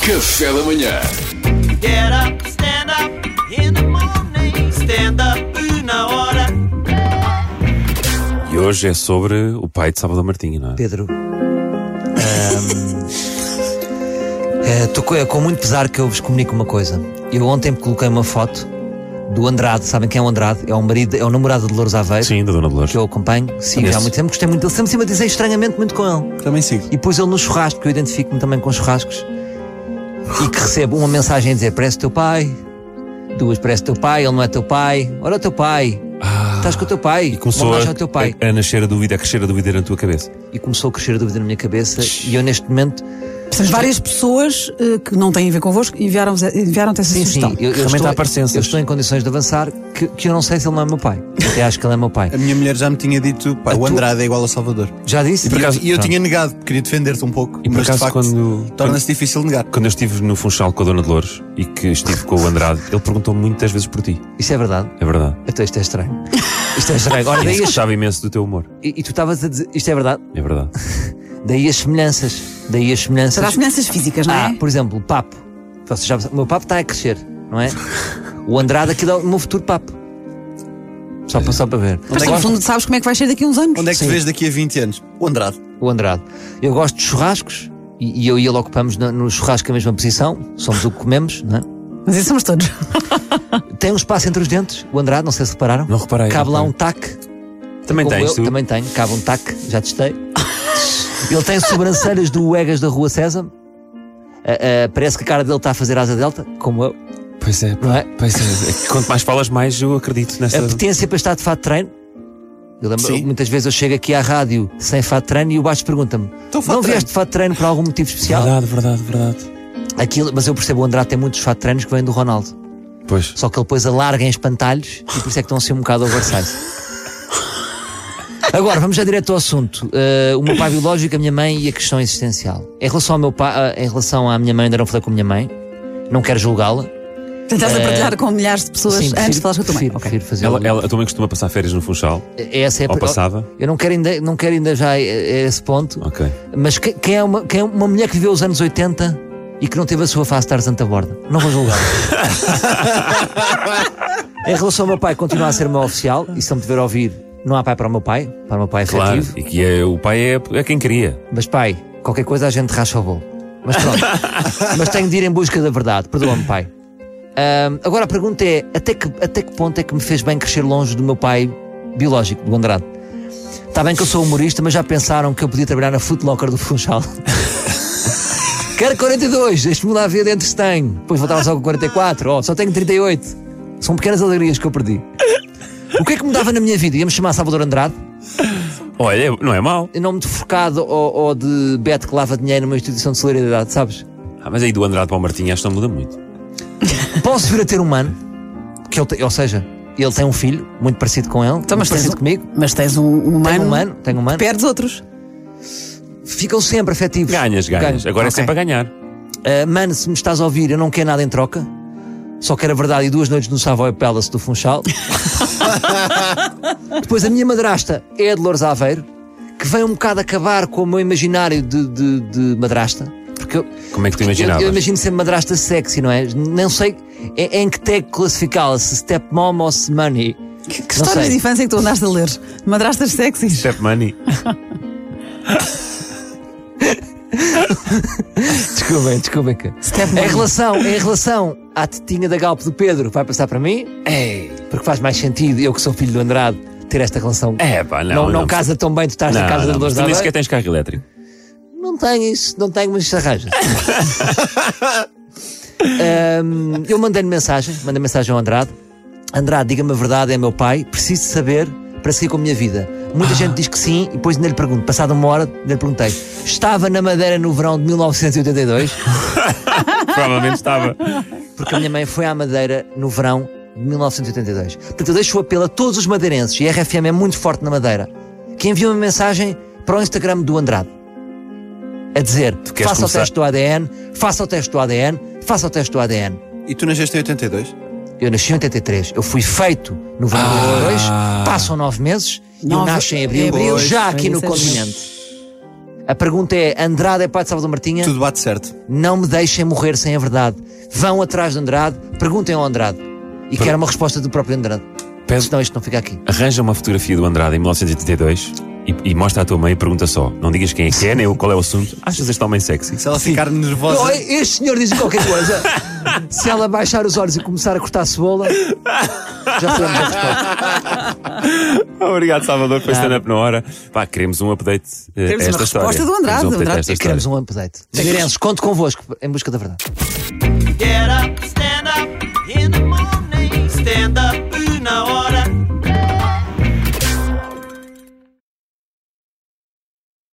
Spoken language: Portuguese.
Café da manhã. Get up, stand up in the morning. Stand up na hora. E hoje é sobre o pai de Salvador Martinho, não é? Pedro. ahm, eh, tô co- é com muito pesar que eu vos comunico uma coisa. Eu ontem coloquei uma foto do Andrade, sabem quem é o Andrade? É o marido, é o namorado de Louros Aveiro, Sim, da Dona Dolores. que eu acompanho, sigo Conheço. há muito tempo, gostei muito dele, sempre simpatizei estranhamente muito com ele. Também sigo. E pus ele no churrasco, que eu identifico-me também com churrascos, e que recebo uma mensagem a dizer: parece teu pai, duas, parece teu pai, ele não é teu pai, olha o teu pai, estás com o teu pai, Ah, E começou uma a, é. homenagem ao é teu pai. a- a nascer a dúvida, a crescer a dúvida na tua cabeça. E começou a crescer a dúvida na minha cabeça, e eu neste momento. Portanto, várias pessoas eh, que não têm a ver convosco enviaram-vos- enviaram-te essa Sim, sugestão. sim, eu, eu Realmente estou, há parecenças. eu estou em condições de avançar que, que eu não sei se ele não é meu pai. Até acho que ele é meu pai. A minha mulher já me tinha dito, pá, o tua- Andrade é igual ao Salvador. Já disse? E, eu- e eu Pronto. tinha negado, porque queria defender-te um pouco, Ah. E por mas acaso, de facto quando- torna-se difícil negar. Quando eu estive no Funchal com a Dona Dolores e que estive com o Andrade, ele perguntou muitas vezes por ti. Isso é verdade. É verdade. Então isto é estranho. Isto é estranho. Olha, E daí ele as- gostava imenso do teu humor. e, e tu estavas a dizer. Isto é verdade. É verdade. Daí as semelhanças. Daí as semelhanças. Será as finanças físicas, não é? Ah, por exemplo, o papo. Vocês já- o meu papo está a crescer, não é? O Andrade aqui dá o meu futuro papo. Só para, só para ver. Mas no fundo sabes como é que vais ser daqui a uns anos. Onde é que te vês daqui a 20 anos? O Andrade. o Andrade. Eu gosto de churrascos e, e eu e ele ocupamos no, no churrasco a mesma posição. Somos o que comemos, não é? Mas isso somos todos. Tem um espaço entre os dentes, o Andrade, não sei se repararam. Não reparei, Cabe não lá reparei. um tac. Também como tens eu, tu. Também tenho, cabe um tac, já testei. Ele tem sobrancelhas do Egas da Rua Sésamo. Ah, ah, parece que a cara dele está a fazer asa delta, como eu. Pois é, Não é? pois é. É que Quanto mais falas, mais eu acredito nessa. A potência para estar de fato de treino. Eu lembro, Sim. muitas vezes eu chego aqui à rádio sem fato de treino e o baixo pergunta-me: Então, fato Não de treino." vieste de fato de treino por algum motivo especial? Verdade, verdade, verdade. Aquilo, mas eu percebo, o Andrade tem muitos fato de treinos que vêm do Ronaldo. Pois. Só que ele depois alarga em espantalhos e por isso é que estão assim um bocado oversize. Agora, vamos já direto ao assunto. Eh, o meu pai biológico, a minha mãe e a questão existencial. Em relação ao meu pai, ah, em relação à minha mãe, ainda não falei com a minha mãe. Não quero julgá-la. Portanto, Estás a partilhar com milhares de pessoas Eh, Sim, antes de falar com a tua mãe. prefiro, Ok. prefiro fazer Ela, ela, a tua mãe costuma passar férias no Funchal. Essa é a Ou pre- passava? Eu não quero ainda, não quero ainda já a, a esse ponto. Ok. Mas que- quem é, uma, quem é uma mulher que viveu os anos 80 e que não teve a sua face Tarzan da borda? Não vou julgar. em relação ao meu pai, continua a ser o meu oficial e se não me tiver a ouvir, não há pai para o meu pai, para o meu pai Claro. efetivo. E que é, o pai é, é quem queria. Mas pai, qualquer coisa a gente racha o bolo. Mas pronto. Mas tenho de ir em busca da verdade. Perdoa-me, pai. Ahm, agora a pergunta é: até que, até que ponto é que me fez bem crescer longe do meu pai biológico, do Andrade? Está bem que eu sou humorista, mas já pensaram que eu podia trabalhar na Foot Locker do Funchal? Quero 42, deixe-me lá ver dentro se tenho. Depois voltava só com 44, oh, só tenho 38. São pequenas alegrias que eu perdi. O que é que mudava na minha vida? Ia-me chamar Salvador Andrade? Olha, não é mau. em nome de focado ou, ou de Beto que lava dinheiro numa instituição de solidariedade, sabes? Ah, mas aí do Andrade para o Martinho acho que não muda muito. Posso vir a ter um mano, que ele tem- ou seja, ele tem um filho muito parecido com ele, Então, muito mas, tens parecido um, comigo. mas tens um humano. Tenho um mano, tenho um mano. Perdes outros. Ficam sempre afetivos. Ganhas, ganhas. Ganho. Agora Ok. é sempre a ganhar. Ah, mano, se me estás a ouvir, eu não quero nada em troca. Só quero a verdade e duas noites no Savoy Palace do Funchal. Depois a minha madrasta é a de Lourdes Aveiro, que vem um bocado acabar com o meu imaginário de, de- de madrasta. Porque eu, Como é que tu eu, imaginavas? eu imagino ser madrasta sexy, não é? Não sei é- em que tag classificá-la, se stepmom ou se money. Que, que Não histórias sei. de infância é que tu andaste a ler? Madrastas sexys. Step money. Desculpem, desculpem. que- Stepmom. Em relação, em relação à tetinha da Galp do Pedro, vai passar para mim? É. Porque faz mais sentido, eu que sou filho do Andrade, ter esta relação. É, pá, não. não, não, casa tão bem, tu estás Não, na casa não, de mas Lourdes tu nem sequer Aveiro. tens carro elétrico. Não tenho isso, não tenho, mas isso arranja. Ahm, eu mandei-lhe mensagem, mandei mensagem ao Andrade. Andrade, diga-me a verdade, é meu pai, preciso saber para seguir com a minha vida. Muita gente diz que sim, e depois ainda lhe pergunto, passada uma hora, ainda lhe perguntei: estava na Madeira no verão de 1982? Provavelmente estava. Porque a minha mãe foi à Madeira no verão de 1982. Portanto, eu deixo o apelo a todos os madeirenses, e a RFM é muito forte na Madeira, que enviam uma mensagem para o Instagram do Andrade. A dizer, queres faça começar- o teste do ADN, faça o teste do ADN, faça o teste do ADN. E tu nasceste em 82? Eu nasci em 83, eu fui feito no verão de Ah. 82, passam nove meses e eu Nove- nasço em abril, em abril, já aqui no pois é. continente. A pergunta é: Andrade é pai de Salvador Martinha? Tudo bate certo. Não me deixem morrer sem a verdade. Vão atrás de Andrade, perguntem ao Andrade. E quero uma resposta do próprio Andrade. Peço- Senão isto não fica aqui. Arranja uma fotografia do Andrade em 1982 e, e mostra à tua mãe e pergunta só: não digas quem é que é, nem o- qual é o assunto. Achas este homem sexy? Se ela ficar nervosa. é- Não, este senhor diz qualquer coisa. Se ela baixar os olhos e começar a cortar cebola, já sabemos a resposta. Obrigado, Salvador, foi stand-up na hora. Pá, queremos um update eh, Queremos a uma esta história. resposta do Andrade. Queremos um update a Andrade, esta história. Queremos um update. Madeirenses, conto convosco em busca da verdade. Get up, stand up in the morning. Stand up, una hora.